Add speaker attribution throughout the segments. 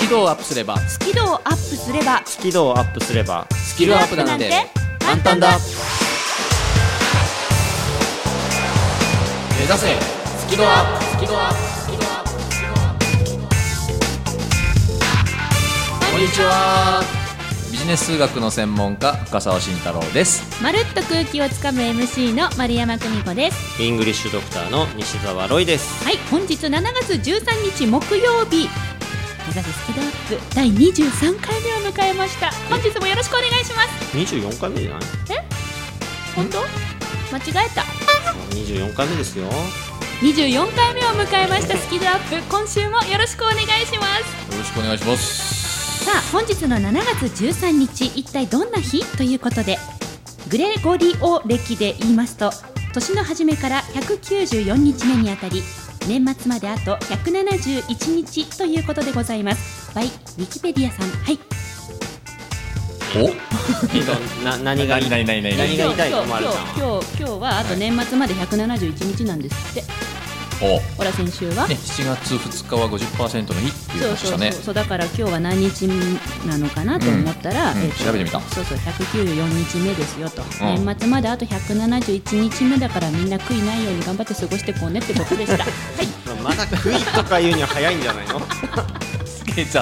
Speaker 1: キ度をアップすれば
Speaker 2: スキルをアップすればス
Speaker 3: スキルをアップすれば
Speaker 1: スキルアップなんて簡単だ目指せスキルアップスキルアップスキルアップスキルアップこんにちはビジネス数学の専門家深澤慎太郎です
Speaker 2: まるっと空気をつかむ MC の丸山久美子です
Speaker 3: イングリッシュドクターの西澤ロイです
Speaker 2: はい本日7月13日木曜日目指せスキルアップ第23回目を迎えました本日もよろしくお願いします
Speaker 3: 24回目じゃない
Speaker 2: 本当間違えた
Speaker 3: 24回目 ですよ
Speaker 2: 24回目を迎えましたスキルアップ今週もよろしくお願いします
Speaker 1: よろしくお願いします
Speaker 2: さあ本日の7月13日一体どんな日ということでグレゴリオ暦で言いますと年の初めから194日目にあたり年末まであと171日ということでございますバイウィキペディアさんはい
Speaker 1: お
Speaker 3: えっとな何が
Speaker 1: 何何何何
Speaker 3: 何が言いたい
Speaker 2: 今
Speaker 3: の
Speaker 2: 日今
Speaker 3: まる
Speaker 2: 日
Speaker 3: さんは
Speaker 2: 今日今日はあと年末まで171日なんですって
Speaker 1: お
Speaker 2: ほら先週は、
Speaker 1: ね、7月2日は50%の日って言い
Speaker 2: そ
Speaker 1: ま
Speaker 2: う
Speaker 1: し
Speaker 2: そ
Speaker 1: た
Speaker 2: う
Speaker 1: ね
Speaker 2: そうそうだから今日は何日なのかなと思ったら、
Speaker 1: うんうん
Speaker 2: と
Speaker 1: 調べてみた
Speaker 2: そうそう194日目ですよと、
Speaker 1: うん
Speaker 2: 年末まであと171日目だからみんな悔いないように頑張って過ごしてこうねってことでし たはい
Speaker 3: まだ悔いとか言うには早いんじゃない のい
Speaker 1: 雑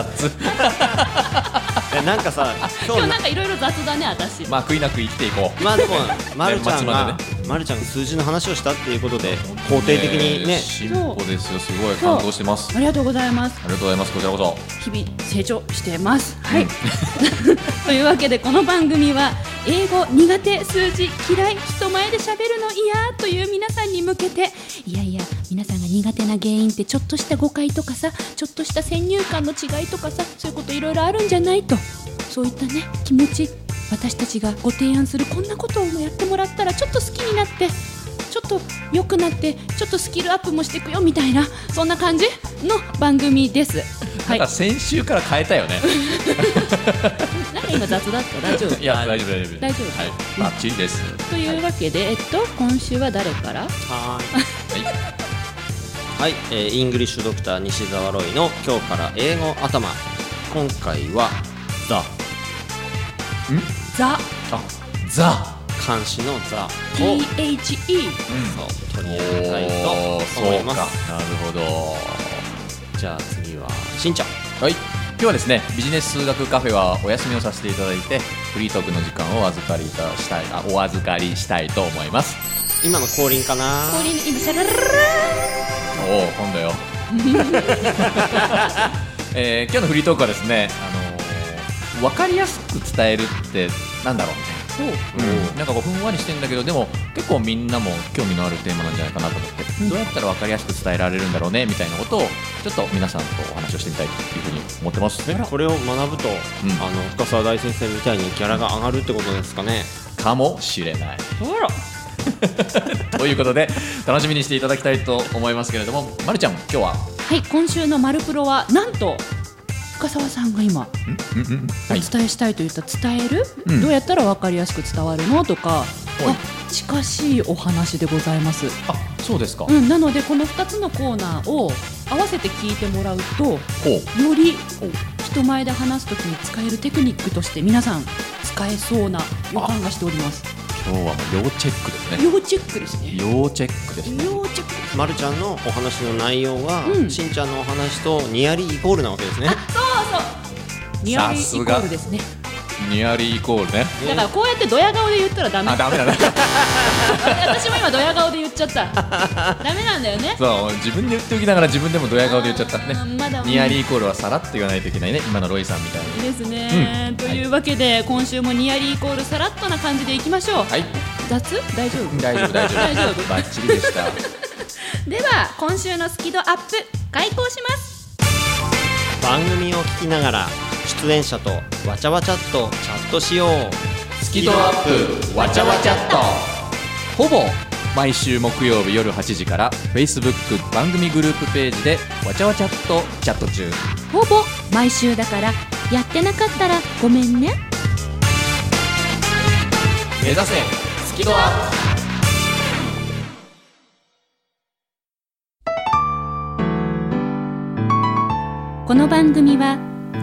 Speaker 3: やなんかさ
Speaker 2: 今
Speaker 3: 今
Speaker 2: 日
Speaker 3: 日な
Speaker 2: なんかいろいろ雑だね私、
Speaker 1: まあ悔いなく生きていこう
Speaker 3: まあで もまるちゃんが
Speaker 1: 年
Speaker 3: まるちゃんが数字の話をしたっていうことで肯定的にね
Speaker 1: 進歩ですよすごい
Speaker 2: そう
Speaker 1: 感動してます
Speaker 2: ありがとうございます
Speaker 1: ありがとうございますこちらこそ
Speaker 2: 日々成長してますはいというわけでこの番組は英語苦手数字嫌い人前で喋るの嫌という皆さんに向けていやいや皆さんが苦手な原因ってちょっとした誤解とかさちょっとした先入観の違いとかさそういうこといろいろあるんじゃないとそういったね気持ち私たちがご提案するこんなことをやってもらったらちょっと好きになってちょっと良くなってちょっとスキルアップもしていくよみたいなそんな感じの番組です。
Speaker 1: なんか先週から変えた よね
Speaker 2: なんか今雑だった大丈夫
Speaker 1: いや大丈夫大丈夫
Speaker 2: 大丈夫
Speaker 1: はいバッチリです
Speaker 2: というわけで、えっと、今週は誰から
Speaker 3: はーいはい、えーイングリッシュドクター西澤ロイの今日から英語頭今回はザ
Speaker 2: ザ・
Speaker 1: あザ
Speaker 3: 監視のザを
Speaker 2: DHE
Speaker 3: そう取
Speaker 1: お
Speaker 3: り上げたい
Speaker 1: ー
Speaker 3: と思
Speaker 1: そ
Speaker 3: い
Speaker 1: か
Speaker 3: うま
Speaker 1: な
Speaker 3: す
Speaker 1: るほど
Speaker 3: じゃあ次はしんちゃん
Speaker 1: はい今日はですねビジネス数学カフェはお休みをさせていただいてフリートークの時間をお預かりいたしたいあお預かりしたいと思います
Speaker 3: 今の降臨かな
Speaker 2: 氷に今シャラララ
Speaker 1: おお今度よ、 えー今日のフリートークはですね、あのー、分かりやすく伝えるってなんだろうみたいな,、うん、なんかこうふんわりしてんだけどでも結構みんなも興味のあるテーマなんじゃないかなと思って、どうやったら分かりやすく伝えられるんだろうねみたいなことをちょっと皆さんとお話をしてみたいというふうに思ってます
Speaker 3: えこれを学ぶと、
Speaker 1: ん
Speaker 3: あの深澤大先生みたいにキャラが上がるってことですかね
Speaker 1: かもしれない
Speaker 3: ほら
Speaker 1: ということで楽しみにしていただきたいと思いますけれども、ま、るちゃん今日は
Speaker 2: はい今週の「マルプロ」はなんと深澤さんが今
Speaker 1: うんうんうん
Speaker 2: お
Speaker 1: はい
Speaker 2: 伝えしたいと言った「伝える」
Speaker 1: うん
Speaker 2: どうやったら分かりやすく伝わるのとか
Speaker 1: はい
Speaker 2: あ近しいお話でございます、
Speaker 1: あそうですか、ほ
Speaker 2: うん、なのでこの2つのコーナーを合わせて聞いてもらうと
Speaker 1: う
Speaker 2: より
Speaker 1: ほう
Speaker 2: 人前で話すときに使えるテクニックとして皆さん使えそうな予感がしております
Speaker 1: 今日はもう要チェックですね
Speaker 2: 要チェックですね
Speaker 1: 要チェックですね
Speaker 2: 要チェック
Speaker 3: まるちゃんのお話の内容が、
Speaker 2: うん
Speaker 3: しんちゃんのお話とニアリーイコールなわけですね
Speaker 2: ニアリ
Speaker 1: さす
Speaker 2: ーイコ
Speaker 1: が
Speaker 2: ールですね
Speaker 1: ニアリーイコールね
Speaker 2: だからこうやってドヤ顔で言ったらダメ
Speaker 1: あダメだな
Speaker 2: 私も今ドヤ顔で言っちゃったダメなんだよね
Speaker 1: そう自分で言っておきながら自分でもドヤ顔で言っちゃったね
Speaker 2: あーまだ
Speaker 1: ニアリーイコールはさらっと言わないといけないね今のロイさんみたいに
Speaker 2: いいですね、
Speaker 1: うん
Speaker 2: というわけで、今週もニアリーイコールさらっとな感じでいきましょう、
Speaker 1: はい
Speaker 2: 雑大丈夫
Speaker 1: 大丈夫 大丈夫
Speaker 2: 大丈夫
Speaker 1: バッチリで した
Speaker 2: では今週のスキドアップ開講します
Speaker 3: 番組を聞きながら出演者とわちゃわちゃっとチャットしよう
Speaker 1: スキドアップわちゃわちゃっとほぼ毎週木曜日夜8時から Facebook 番組グループページでわちゃわちゃっとチャット中
Speaker 2: ほぼ毎週だからやってなかったらごめんね
Speaker 1: 目指せスキドアップ
Speaker 2: この番組は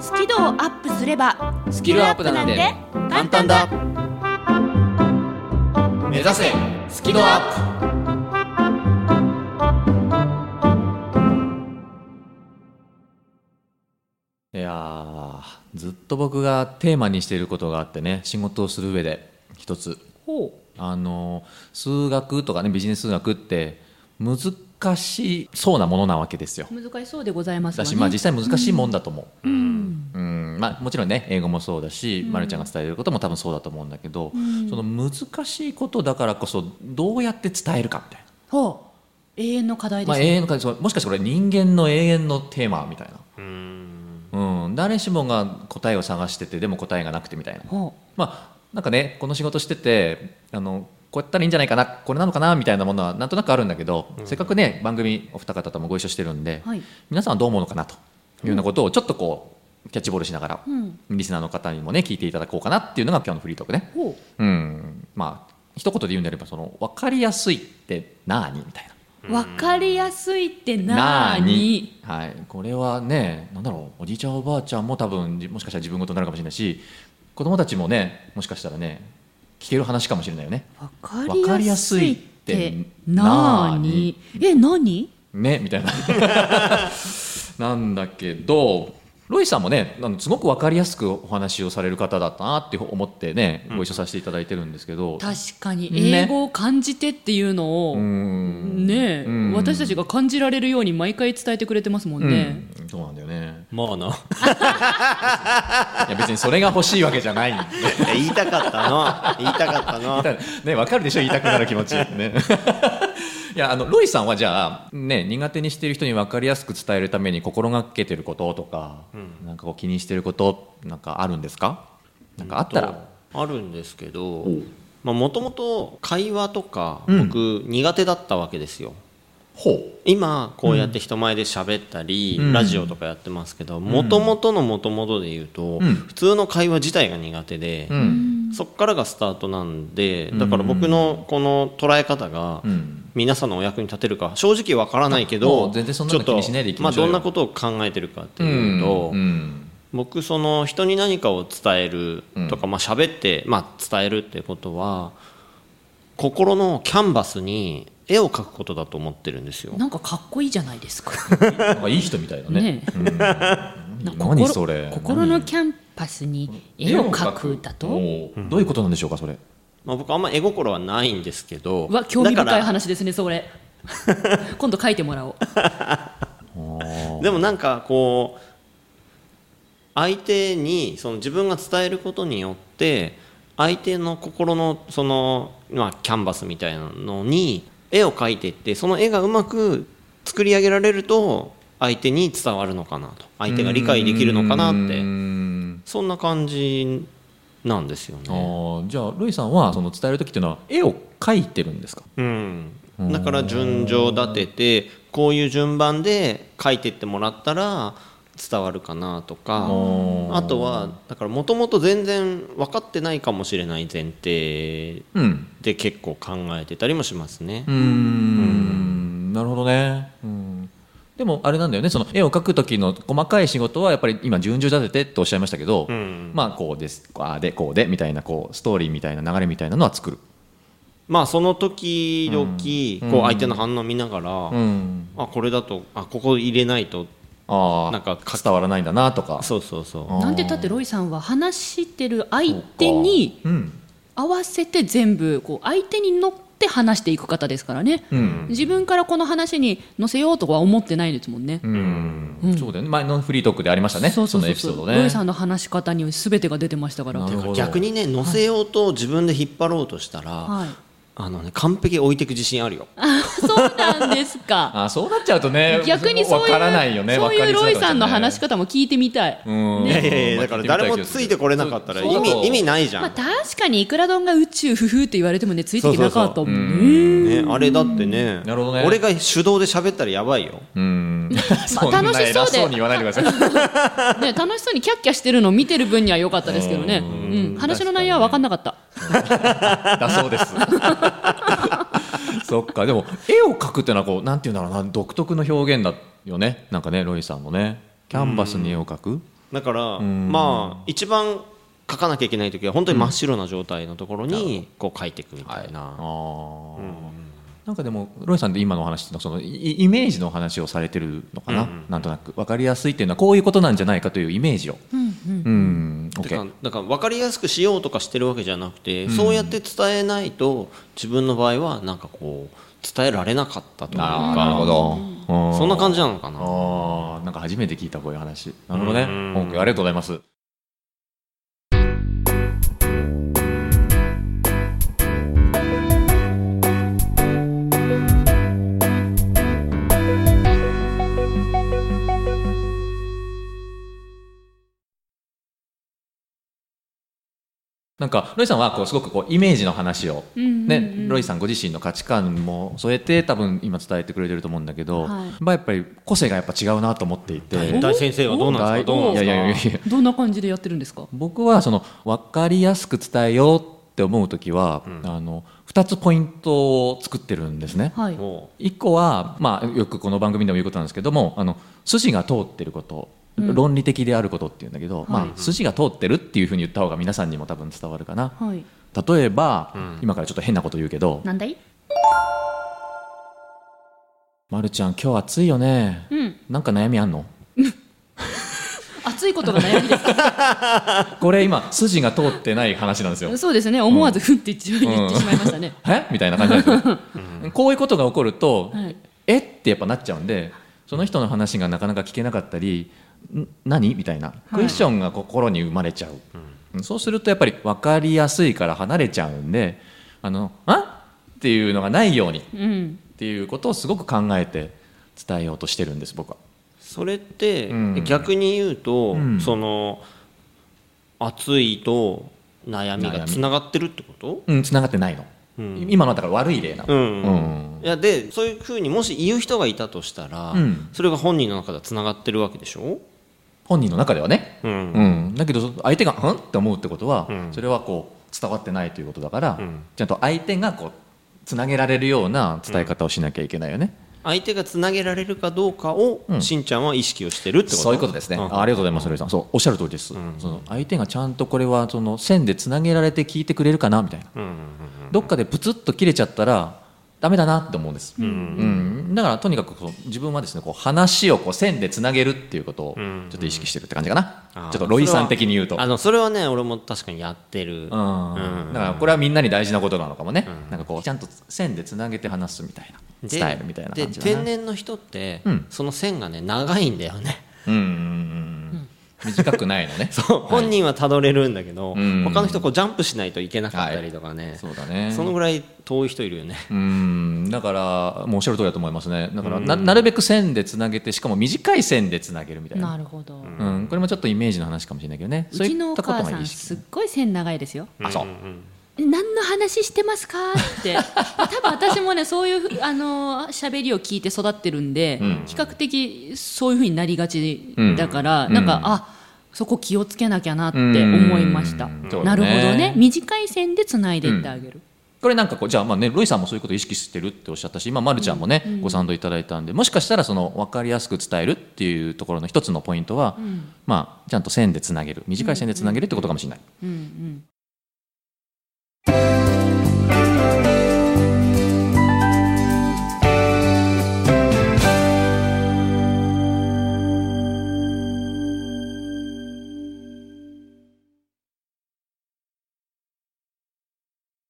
Speaker 2: スキルをアップすればス
Speaker 1: スキルアップなんて簡単だ目指せスキルアップいやーずっと僕がテーマにしていることがあってね仕事をする上で一つあの数学とかねビジネス数学って難しそうなものなわけですよ
Speaker 2: 難しそうでございます
Speaker 1: だ
Speaker 2: わ
Speaker 1: し、
Speaker 2: ね
Speaker 1: まあ、実際難しいもんだと思う、うんまあ、もちろんね英語もそうだし、ま、るちゃんが伝えることも多分そうだと思うんだけど、その難しいことだからこそどうやって伝えるかみたい
Speaker 2: ほう永遠の課題
Speaker 1: な、ますあ、
Speaker 2: で
Speaker 1: 永
Speaker 2: ね、
Speaker 1: 遠の感じそうもしかしてこれ人間の永遠のテーマみたいな。うん、誰しもが答えを探しててでも答えがなくてみたいな、
Speaker 2: ほ
Speaker 1: まあ、なんかねこの仕事しててあのこうやったらいいんじゃないかなこれなのかなみたいなものはなんとなくあるんだけど、せっかくね番組お二方ともご一緒してるんで、
Speaker 2: うはい
Speaker 1: 皆さんはどう思うのかなというようなことをちょっとこうキャッチボールしながら、
Speaker 2: うん
Speaker 1: リスナーの方にもね聞いていただこうかなっていうのが今日のフリートークね。
Speaker 2: ほ
Speaker 1: うん、まあ一言で言うんであればその分かりやすいって何みたいな。
Speaker 2: うわかりやすいってなーに
Speaker 1: はい、これはねなんだろうおじいちゃんおばあちゃんも多分じもしかしたら自分事になるかもしれないし子供たちもねもしかしたらね聞ける話かもしれないよね。
Speaker 2: わ
Speaker 1: わかりやすいって
Speaker 2: なーにえ何
Speaker 1: ねみたいな なんだけどロイさんもねあのすごく分かりやすくお話をされる方だったなって思ってね、ご一緒させていただいてるんですけど
Speaker 2: 確かに
Speaker 1: ね
Speaker 2: 英語を感じてっていうのを、
Speaker 1: うん
Speaker 2: ねえ、
Speaker 1: うん
Speaker 2: 私たちが感じられるように毎回伝えてくれてますもんね、
Speaker 1: うんそうなんだよね
Speaker 3: まあな
Speaker 1: いや別にそれが欲しいわけじゃないんで
Speaker 3: 言いたかったな言いたかった な
Speaker 1: ね、わかるでしょ言いたくなる気持ちね いやあのロイさんはじゃあ、ね、苦手にしてる人に分かりやすく伝えるために心がけてることとか、なんかこう気にしてることなんかあるんですかなんかあったら、
Speaker 3: あるんですけどもともと会話とか僕、
Speaker 1: うん
Speaker 3: 苦手だったわけですよ
Speaker 1: ほう
Speaker 3: 今こうやって人前で喋ったり、
Speaker 1: うん
Speaker 3: ラジオとかやってますけどもともとのもともとで言う
Speaker 1: う
Speaker 3: と、
Speaker 1: ん
Speaker 3: 普通の会話自体が苦手で、
Speaker 1: うん
Speaker 3: そっからがスタートなんでだから僕のこの捉え方が
Speaker 1: うん
Speaker 3: 皆さんのお役に立てるか正直わからないけ
Speaker 1: も
Speaker 3: ど
Speaker 1: う全然そんな
Speaker 3: ち
Speaker 1: の
Speaker 3: ょっと
Speaker 1: 気にしないでいき
Speaker 3: ま
Speaker 1: ま
Speaker 3: あ
Speaker 1: しょうよ
Speaker 3: どんなことを考えてるかって
Speaker 1: う
Speaker 3: いうんと、
Speaker 1: うん
Speaker 3: 僕その人に何かを伝えるとか、まあ喋って、まあ、伝えるってことは心のキャンバスに絵を描くことだと思ってるんですよ。
Speaker 2: なんかかっこいいじゃないですか
Speaker 1: なんかいい人みたいだね
Speaker 2: ね
Speaker 1: うん
Speaker 2: なんか
Speaker 1: 何
Speaker 2: 心
Speaker 1: それ
Speaker 2: 心のキャンパスに絵を描くだ
Speaker 1: お
Speaker 2: と
Speaker 1: ーどういうことなんでしょうかそれ
Speaker 3: まあ、僕あんま絵心はないんですけど
Speaker 2: うわ興味
Speaker 3: だか
Speaker 2: 深い
Speaker 3: ら
Speaker 2: 話ですねそ れ今度書いてもらおう
Speaker 3: でもなんかこう相手にその自分が伝えることによって相手の心のその、まあ、キャンバスみたいなのに絵を描いてってその絵がうまく作り上げられると相手に伝わるのかなと相手が理解できるのかなって
Speaker 1: うん
Speaker 3: そんな感じなんですよ
Speaker 1: あ
Speaker 3: ね。
Speaker 1: ーじゃあロイさんはその伝える時っていうのは絵を描いてるんですか
Speaker 3: うん、だから順序立ててこういう順番で書いてってもらったら伝わるかなとか
Speaker 1: おー
Speaker 3: あとはだからもともと全然分かってないかもしれない前提
Speaker 1: うん
Speaker 3: で結構考えてたりもしますね
Speaker 1: うー。んなるほどね、うん、でもあれなんだよねその絵を描く時の細かい仕事はやっぱり今順序立ててっておっしゃいましたけど、
Speaker 3: うん
Speaker 1: まあこうですああでこうでみたいなこうストーリーみたいな流れみたいなのは作る、
Speaker 3: まあその時々こう相手の反応見ながら
Speaker 1: うん、
Speaker 3: あこれだとあここ入れないと
Speaker 1: ああ
Speaker 3: なんか書き
Speaker 1: 伝わらないんだなとか
Speaker 3: そうそうそう
Speaker 1: あー
Speaker 2: なんてったってロイさんは話してる相手に
Speaker 1: そうかうん
Speaker 2: 合わせて全部こう相手に乗って話していく方ですからね、
Speaker 1: うん
Speaker 2: 自分からこの話に乗せようとは思ってないですもんね。
Speaker 1: うん
Speaker 2: うん
Speaker 1: そうだよね前のフリートークでありましたね
Speaker 2: そう
Speaker 1: そ
Speaker 2: そう
Speaker 1: の
Speaker 2: そ
Speaker 1: エ
Speaker 2: う
Speaker 1: ピソ
Speaker 2: そ
Speaker 1: ード
Speaker 2: う、
Speaker 1: ね
Speaker 2: ロイさんの話し方に全てが出てましたから
Speaker 1: な
Speaker 2: は
Speaker 1: る
Speaker 2: い
Speaker 1: ほど
Speaker 3: 逆にね乗せようと自分で引っ張ろうとしたら、あのね完璧置いていく自信あるよ
Speaker 2: あそうなんですか
Speaker 1: あそうなっちゃうとね
Speaker 2: 逆にそう
Speaker 1: わ
Speaker 2: い
Speaker 1: からないよ
Speaker 2: う
Speaker 1: ね
Speaker 2: そういうロイさんの話し
Speaker 1: か
Speaker 2: 方も聞いてみたい、
Speaker 1: うん
Speaker 3: いやいやいやだから誰もついてこれなかったら意味意味ないじゃん、
Speaker 2: まあ、確かにいくら丼が宇宙ふふって言われてもねついてきなかったもんね
Speaker 1: そうそう
Speaker 3: ね、あれだってね
Speaker 1: なるほどね
Speaker 3: 俺が手動で喋ったらやばいよ
Speaker 1: うんそん
Speaker 2: まあ楽
Speaker 1: な
Speaker 2: しそ
Speaker 1: 偉
Speaker 2: うで
Speaker 1: そうに言わないでください
Speaker 2: ね、楽しそうにキャッキャしてるのを見てる分には良かったですけどね、うん、話の内容は分かんなかった、
Speaker 1: だそうです そっかでも絵を描くってのはこうなんていうんだろうな独特の表現だよねなんかねロイさんのねキャンバスに絵を描く
Speaker 3: だから
Speaker 1: ん
Speaker 3: まあ一番書かなきゃいけない時は本当に真っ白な状態のところにこう書いていくみたいな、
Speaker 1: あーなんかでもロイさんって今のお話のそのイイメージのお話をされてるのかな、
Speaker 3: うんうん
Speaker 1: なんとなく分かりやすいっていうのはこういうことなんじゃないかというイメージをうん、オッ
Speaker 3: て
Speaker 1: ケ
Speaker 3: か
Speaker 1: ー
Speaker 3: だから分かりやすくしようとかしてるわけじゃなくて、そうやって伝えないと自分の場合はなんかこう伝えられなかったという
Speaker 1: あーなるほ
Speaker 3: か
Speaker 1: ど、う
Speaker 3: そんな感じなのかな
Speaker 1: あーなんか初めて聞いたこういう話なるほどね、
Speaker 3: うん
Speaker 1: OK ありがとうございますなんかロイさんはこうすごくこうイメージの話を、
Speaker 2: うんうんうん
Speaker 1: ねロイさんご自身の価値観も添えて多分今伝えてくれてると思うんだけど、
Speaker 2: はい
Speaker 1: まあやっぱり個性がやっぱ違うなと思っていて
Speaker 3: 大先生はどうなんですかどうなん
Speaker 1: い
Speaker 3: で
Speaker 1: や
Speaker 3: す
Speaker 1: いやい
Speaker 3: か
Speaker 1: やいや
Speaker 2: どんな感じでやってるんですか
Speaker 1: 僕はその分かりやすく伝えようって思う時は、あの2つポイントを作ってるんですね。
Speaker 2: はい
Speaker 3: も
Speaker 1: 1個は、まあ、よくこの番組でも言うことなんですけどもあの筋が通ってること、論理的であることっていうんだけど、
Speaker 2: はい
Speaker 1: まあ、筋が通ってるっていうふうに言った方が皆さんにも多分伝わるかな。
Speaker 2: はい
Speaker 1: 例えば、
Speaker 3: うん
Speaker 1: 今からちょっと変なこと言うけど
Speaker 2: なんだい
Speaker 1: 「まるちゃん今日暑いよね、
Speaker 2: うん
Speaker 1: なんか悩みあんの?」
Speaker 2: 熱いことが悩みですか
Speaker 1: これ今筋が通ってない話なんですよ。
Speaker 2: そうですね思わずふんって一応言ってしまいましたね、
Speaker 1: えみたいな感じなんですよ、こういうことが起こると、
Speaker 2: はい
Speaker 1: えってやっぱなっちゃうんでその人の話がなかなか聞けなかったりん何みたいなクエスチョンが心に生まれちゃう、そうするとやっぱり分かりやすいから離れちゃうんであのあっていうのがないようにっ
Speaker 2: うん
Speaker 1: ていうことをすごく考えて伝えようとしてるんです僕は。
Speaker 3: うそれって
Speaker 1: うん
Speaker 3: 逆に言うと、
Speaker 1: ん
Speaker 3: その熱いと悩みがつながってるってこと
Speaker 1: うん、繋がってないの、
Speaker 3: うん
Speaker 1: 今のはだから悪い例なの、
Speaker 3: うん
Speaker 1: うん
Speaker 3: いやでそういうふうにもし言う人がいたとしたら、
Speaker 1: うん
Speaker 3: それが本人の中ではつながってるわけでしょ、
Speaker 1: 本人の中ではね、
Speaker 3: うん
Speaker 1: うん、だけど相手が「うん?」って思うってことは、
Speaker 3: うん
Speaker 1: それはこう伝わってないということだから、
Speaker 3: うん
Speaker 1: ちゃんと相手がこうつなげられるような伝え方をしなきゃいけないよね、
Speaker 3: 相手がつなげられるかどうかを、
Speaker 1: うん
Speaker 3: しんちゃんは意識をしてるってこと
Speaker 1: そういうことですね、
Speaker 3: ん
Speaker 1: あありがとうございます、ロイさんそうおっしゃる通りです、
Speaker 3: うん
Speaker 1: その相手がちゃんとこれはその線でつなげられて聞いてくれるかなみたいな、
Speaker 3: うんうん
Speaker 1: どっかでプツッと切れちゃったらダメだなって思うんです、
Speaker 3: うん
Speaker 1: うんだからとにかくこう自分はですねこう話をこう線でつなげるっていうことを
Speaker 3: うん
Speaker 1: ちょっと意識してるって感じかな、
Speaker 3: あー
Speaker 1: ちょっとロイさん的に言うと
Speaker 3: あのそれはね俺も確かにやって
Speaker 1: うん
Speaker 3: る、うん
Speaker 1: だからこれはみんなに大事なことなのかもね、なんかこうちゃんと線でつなげて話すみたいな
Speaker 3: で
Speaker 1: 伝えるみたいな
Speaker 3: で
Speaker 1: 感じだ
Speaker 3: 天
Speaker 1: な
Speaker 3: 然の人って、
Speaker 1: うん
Speaker 3: その線がね長いんだよね
Speaker 1: うんうんうんうん短くないのね
Speaker 3: そう 本人はたどれるんだけど、
Speaker 1: うん
Speaker 3: 他の人こうジャンプしないといけなかったりとか ね、
Speaker 1: そうだね
Speaker 3: そのぐらい遠い人いる よね、
Speaker 1: うんだからもうおっしゃる通りだと思いますねだからななるべく線でつなげてしかも短い線でつなげるみたいな
Speaker 2: なるほど、う
Speaker 1: うん、これもちょっとイメージの話かもしれないけどねそう
Speaker 2: ち
Speaker 1: い
Speaker 2: のお
Speaker 1: ったこ
Speaker 2: 母
Speaker 1: とが
Speaker 2: さ
Speaker 1: いい
Speaker 2: ん
Speaker 1: し
Speaker 2: すっごい線長いですよ
Speaker 1: あそう、
Speaker 3: ん
Speaker 2: 何の話してますかって多分私もねそういうふあのー喋りを聞いて育ってるんで、
Speaker 1: うん
Speaker 2: 比較的そういうふうになりがち
Speaker 1: うん
Speaker 2: だから、なんか、
Speaker 1: うん
Speaker 2: あそこ気をつけなきゃなって思いました、
Speaker 1: うんそうだね
Speaker 2: なるほどね短い線でつないでいってあげる、
Speaker 1: これなんかこうじゃあまあねロイさんもそういうことを意識してるっておっしゃったし今まるちゃんもね、ご賛同いただいたんでもしかしたらその分かりやすく伝えるっていうところの一つのポイントは、まあちゃんと線でつなげる短い線でつなげるってことかもしれない。
Speaker 2: うんうん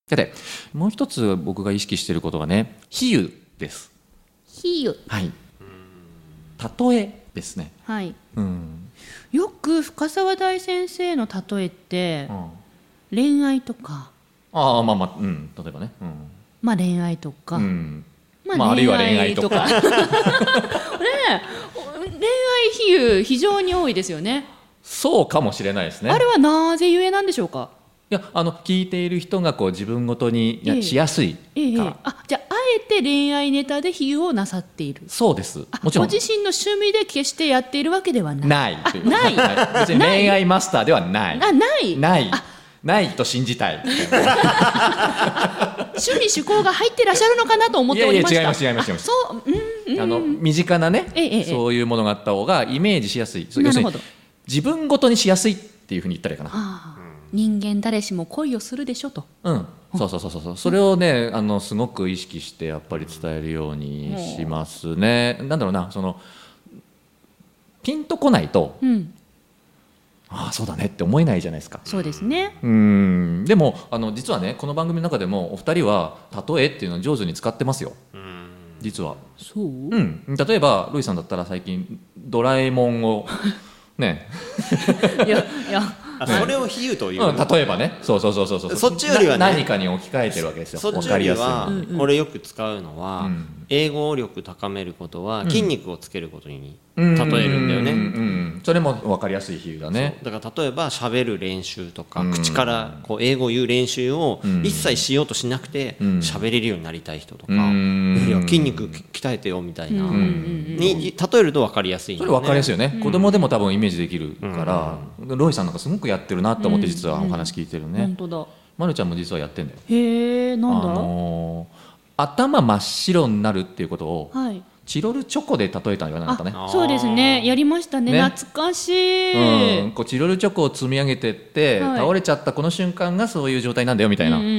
Speaker 1: さてもう一つ僕が意識していることはね比喩です
Speaker 2: 比喩
Speaker 1: はい例えですね
Speaker 2: はい
Speaker 1: うん、
Speaker 2: よく深沢大先生の例えって、恋愛とか
Speaker 1: ああまあまあうん例えばねうん、
Speaker 2: まあ恋愛とか、
Speaker 1: うん
Speaker 2: ま
Speaker 1: まああるいは恋愛とか
Speaker 2: ねお恋愛比喩非常に多いですよね
Speaker 1: そうかもしれないですね
Speaker 2: あれはなぜゆえなんでしょうか
Speaker 1: いやあの聞いている人がこう自分ごとに
Speaker 2: え
Speaker 1: や
Speaker 2: え
Speaker 1: しやすいか、
Speaker 2: ええあじゃああえて恋愛ネタで比喩をなさっている
Speaker 1: そうです
Speaker 2: あ
Speaker 1: もちろん
Speaker 2: ご自身の趣味で決してやっているわけではない
Speaker 1: ない
Speaker 2: あ
Speaker 1: という
Speaker 2: ない
Speaker 1: はい別に恋愛マスターではない
Speaker 2: あない
Speaker 1: ないないと信じたい
Speaker 2: 趣味趣向が入ってらっしゃるのかなと思っておりました
Speaker 1: いやいや違います違います違います
Speaker 2: あそううんうん
Speaker 1: あの身近なね、
Speaker 2: ええええ
Speaker 1: そういうものがあった方がイメージしやすいそう
Speaker 2: な
Speaker 1: 要す
Speaker 2: る
Speaker 1: る
Speaker 2: ほ
Speaker 1: に
Speaker 2: ど
Speaker 1: 自分ごとにしやすいっていうふうに言ったらいいかな
Speaker 2: ああ人間誰しも恋をするでしょと
Speaker 1: うん、そうそうそうそうそうそれをねあのすごく意識してやっぱり伝えるようにしますね、なんだろうなそのピンとこないと
Speaker 2: うん
Speaker 1: ああそうだねって思えないじゃないですか
Speaker 2: そうですね
Speaker 1: うんでもあの実はねこの番組の中でもお二人は「例え」っていうのを上手に使ってますよ実は
Speaker 2: そう、
Speaker 1: うん例えばロイさんだったら最近「ドラえもんを」ね、
Speaker 2: いやいや
Speaker 3: あそれを比喩という、
Speaker 1: うん、例えばねそうそうそうそうそう
Speaker 3: そっちよりはね
Speaker 1: な何かに置き換えてるわけですよ
Speaker 3: そっ
Speaker 1: わ
Speaker 3: ち
Speaker 1: か
Speaker 3: よ
Speaker 1: り
Speaker 3: り
Speaker 1: やすいよ
Speaker 3: は
Speaker 1: うに
Speaker 2: うんうん
Speaker 3: 俺よく使うのは、
Speaker 1: うん
Speaker 3: 英語力高めることは筋肉をつけることに
Speaker 1: う
Speaker 3: 例えるんだよね、
Speaker 1: ううんうんそれも分かりやすい比喩だね
Speaker 3: だから例えば喋る練習とか、
Speaker 1: うん
Speaker 3: 口からこう英語を言う練習を
Speaker 1: ん
Speaker 3: 一切しようとしなくて
Speaker 1: うん
Speaker 3: 喋、れるようになりたい人とか、
Speaker 1: うん
Speaker 3: いや筋肉鍛えてよみたいな、
Speaker 2: うんうんうん
Speaker 3: に例えると分かりやすいん
Speaker 1: そ
Speaker 3: だ
Speaker 1: れ
Speaker 3: よ
Speaker 1: 分
Speaker 3: ね、
Speaker 1: かりやすい
Speaker 3: い
Speaker 1: よね、子供でも多分イメージできるから、ロイさんなんかすごくやってるなって思って実はお話聞いてるね、
Speaker 2: 本当だ
Speaker 1: まるちゃんも実はやってんだよ
Speaker 2: へえなんだ、
Speaker 1: あのー頭真っ白になるっていうことを
Speaker 2: はい
Speaker 1: チロルチョコで例えたんじゃないかね
Speaker 3: あ
Speaker 2: そうですねやりましたね
Speaker 1: ね
Speaker 2: 懐かしい、
Speaker 1: うん、こうチロルチョコを積み上げてって、
Speaker 2: はい
Speaker 1: 倒れちゃったこの瞬間がそういう状態なんだよみたいな、
Speaker 2: うんうんうん
Speaker 1: う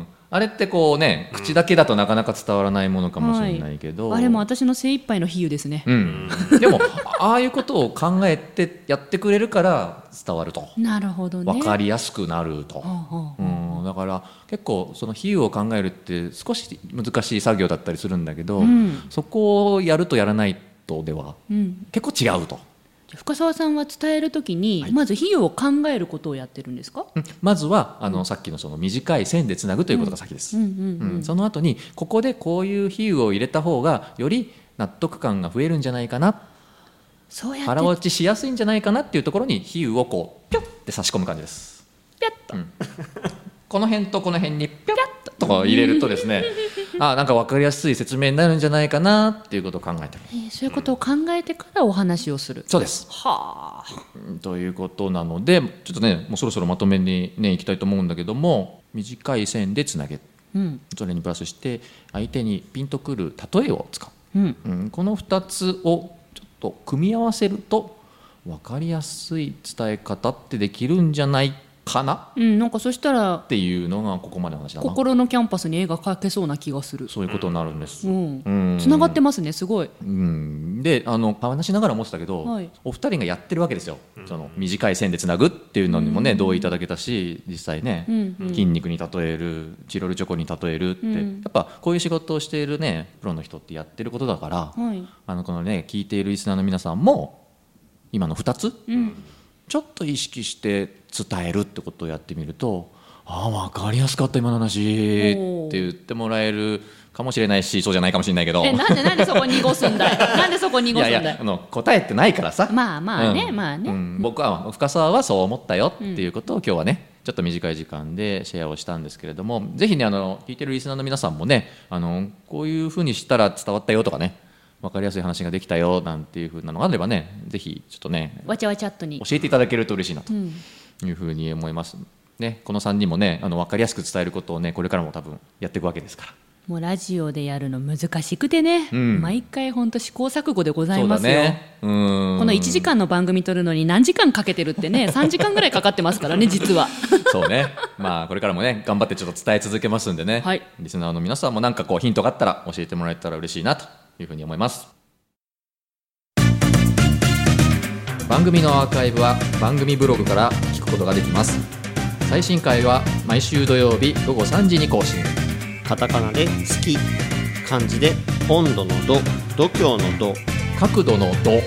Speaker 1: んあれってこうね口だけだとなかなか伝わらないものかもしれないけど、
Speaker 2: あれも私の精一杯の比喩ですね、
Speaker 1: うん、でもああいうことを考えてやってくれるから伝わると
Speaker 2: なるほどね
Speaker 1: 分かりやすくなると
Speaker 2: は、あは
Speaker 1: う
Speaker 2: あ
Speaker 1: ん、だから結構その比喩を考えるって少し難しい作業だったりするんだけど、
Speaker 2: うん
Speaker 1: そこをやるとやらないとでは
Speaker 2: うん、
Speaker 1: 結構違うと、
Speaker 2: じゃあ深澤さんは伝えるときに、まず比喩を考えることをやってるんですか、
Speaker 1: うんまずはあの、さっきのその短い線でつなぐということが先です。
Speaker 2: うんうんうん
Speaker 1: うんその後にここでこういう比喩を入れた方がより納得感が増えるんじゃないかな
Speaker 2: そうやって
Speaker 1: 腹落ちしやすいんじゃないかなっていうところに比喩をこうピョッって差し込む感じです
Speaker 2: ピャッと、
Speaker 1: この辺とこの辺にピョッとこう入れるとです ねあなんか分かりやすい説明になるんじゃないかなっていうことを考えてる
Speaker 2: えーそういうことを考えてからお話をする、
Speaker 1: そうです
Speaker 2: はあ
Speaker 1: うんということなのでちょっとねもうそろそろまとめにねいきたいと思うんだけども短い線でつなげ
Speaker 2: うん
Speaker 1: それにプラスして相手にピンとくる例えを使う
Speaker 2: うん
Speaker 1: うん、この2つをちょっと組み合わせると分かりやすい伝え方ってできるんじゃないかな
Speaker 2: うん、なんかそしたら
Speaker 1: っていうのがここまでの話だな
Speaker 2: 心のキャンパスに絵が描けそうな気がする
Speaker 1: そういうことになるんです。
Speaker 2: うん
Speaker 1: うん
Speaker 2: つながってますねすごい
Speaker 1: うん、であの話しながら思ってたけど、
Speaker 2: はい
Speaker 1: お二人がやってるわけですよ、その短い線でつなぐっていうのにもね、同意いただけたし実際ね、
Speaker 2: うんうん
Speaker 1: 筋肉に例えるチロルチョコに例えるって、
Speaker 2: うん
Speaker 1: やっぱこういう仕事をしているねプロの人ってやってることだから、
Speaker 2: はい
Speaker 1: あのこのね聞いているリスナーの皆さんも今の2つ
Speaker 2: うん
Speaker 1: ちょっと意識して伝えるってことをやってみるとああ分かりやすかった今の話
Speaker 2: おー
Speaker 1: って言ってもらえるかもしれないしそうじゃないかもしれないけど
Speaker 2: え
Speaker 1: い
Speaker 2: なんでなんでそこ濁すんだいなんでそこ濁す
Speaker 1: や
Speaker 2: ん
Speaker 1: い
Speaker 2: だい
Speaker 1: やあの答えってないからさ
Speaker 2: まあまあね
Speaker 1: うん
Speaker 2: まあね
Speaker 1: うん僕は深沢はそう思ったよっていうことを今日はねちょっと短い時間でシェアをしたんですけれどもぜひねあの聞いてるリスナーの皆さんもねあのこういうふうにしたら伝わったよとかね分かりやすい話ができたよなんていうふうなのがあればねぜひちょっとね
Speaker 2: わちゃわちゃっとに
Speaker 1: 教えていただけると嬉しいなと
Speaker 2: うん
Speaker 1: いうふうに思います。ね、この3人もねあの分かりやすく伝えることをねこれからも多分やっていくわけですから。
Speaker 2: もうラジオでやるの難しくてね、
Speaker 1: うん
Speaker 2: 毎回本当試行錯誤でござ
Speaker 1: そ
Speaker 2: いうま
Speaker 1: だ
Speaker 2: すよ、
Speaker 1: ね。こ
Speaker 2: この
Speaker 1: の
Speaker 2: 1時間の番組撮るのに何時間かけてるってね 3時間ぐらいかかってますからね実は
Speaker 1: そうね。まあこれからもね頑張ってちょっと伝え続けますんでね。
Speaker 2: はい
Speaker 1: リスナーの皆さんもなんかこうヒントがあったら教えてもらえたら嬉しいなというふうに思います。番組のアーカイブは番組ブログから聞くことができます。最新回は毎週土曜日午後3時に更新
Speaker 3: カタカナで「好き」漢字で「温度の度」「度胸の度」
Speaker 1: 角度の度
Speaker 3: 「好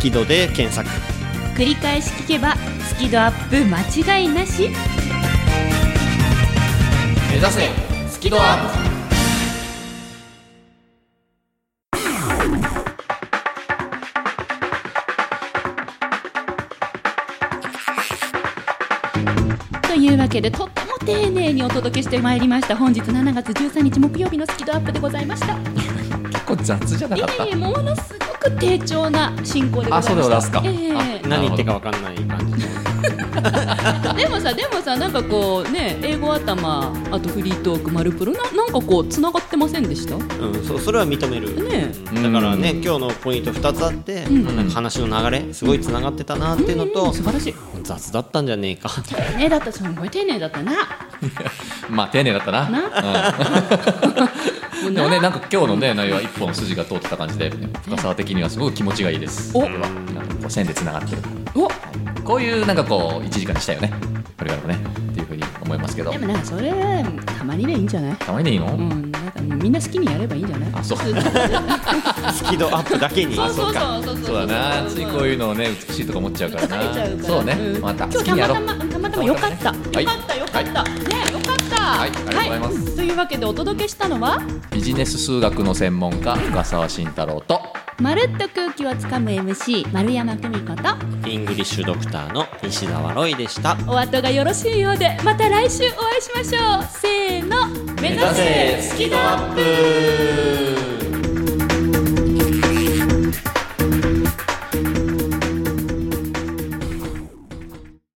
Speaker 3: き度」で検索
Speaker 2: 繰り返し聞けばスキドアップ間違いなし
Speaker 1: 目指せスキドアップ
Speaker 2: というわけでとっても丁寧にお届けしてまいりました本日7月13日木曜日のスキドアップでございました
Speaker 1: 結構雑じゃないかった
Speaker 2: えいえものすごく丁重な進行でございました
Speaker 1: あそうでございますか
Speaker 2: ええ
Speaker 1: あ
Speaker 3: 何言ってか分かんない感じ
Speaker 2: でもさでもさなんかこうね英語頭あとフリートークマルプロななんかこうつながってませんでした
Speaker 3: うん、そそれは認める、
Speaker 2: ね
Speaker 3: うんだからね、今日のポイント2つあって、
Speaker 2: ん
Speaker 3: なんか話の流れすごいつながってたなっていうのと、
Speaker 2: うん素晴らしい
Speaker 3: 雑だったんじゃねえか
Speaker 2: ねだったすごい丁寧だったな
Speaker 1: まあ丁寧だったな
Speaker 2: も
Speaker 1: う
Speaker 2: うんな
Speaker 1: でもねなんか今日のね内容は一本筋が通ってた感じで深沢的にはすごく気持ちがいいです
Speaker 2: お
Speaker 1: なんかこう線でつながってる
Speaker 2: お
Speaker 1: こういうなんかこう1時間にしたいよねこれからもねっていうふうに思いますけど
Speaker 2: でもなんかそれはたまにでいいんじゃない
Speaker 1: たまにでいいの、
Speaker 2: うんなんかみんな好きにやればいいんじゃない
Speaker 1: あそう
Speaker 2: そう
Speaker 3: スキドアップだけに
Speaker 2: そうそうそうそう
Speaker 1: そうだなついこういうのをね美しいとか思っちゃうから
Speaker 2: 疲れちゃう
Speaker 1: な
Speaker 2: から
Speaker 1: そうね
Speaker 2: ん
Speaker 1: また
Speaker 2: 今
Speaker 1: 好き
Speaker 2: 日
Speaker 1: に
Speaker 2: たま
Speaker 1: やろ
Speaker 2: た
Speaker 1: う
Speaker 2: またまたまよかった
Speaker 1: は
Speaker 2: よ
Speaker 1: い
Speaker 2: かったよかったねよかった
Speaker 1: はいありがとうございます
Speaker 2: はというわけでお届けしたのは
Speaker 1: ビジネス数学の専門家深沢慎太郎と
Speaker 2: まるっと空気をつかむ MC 丸山久美子と
Speaker 3: イングリッシュドクターの西澤ロイでした
Speaker 2: お後がよろしいようでまた来週お会いしましょうせーの目指せスキドアップ
Speaker 3: ップ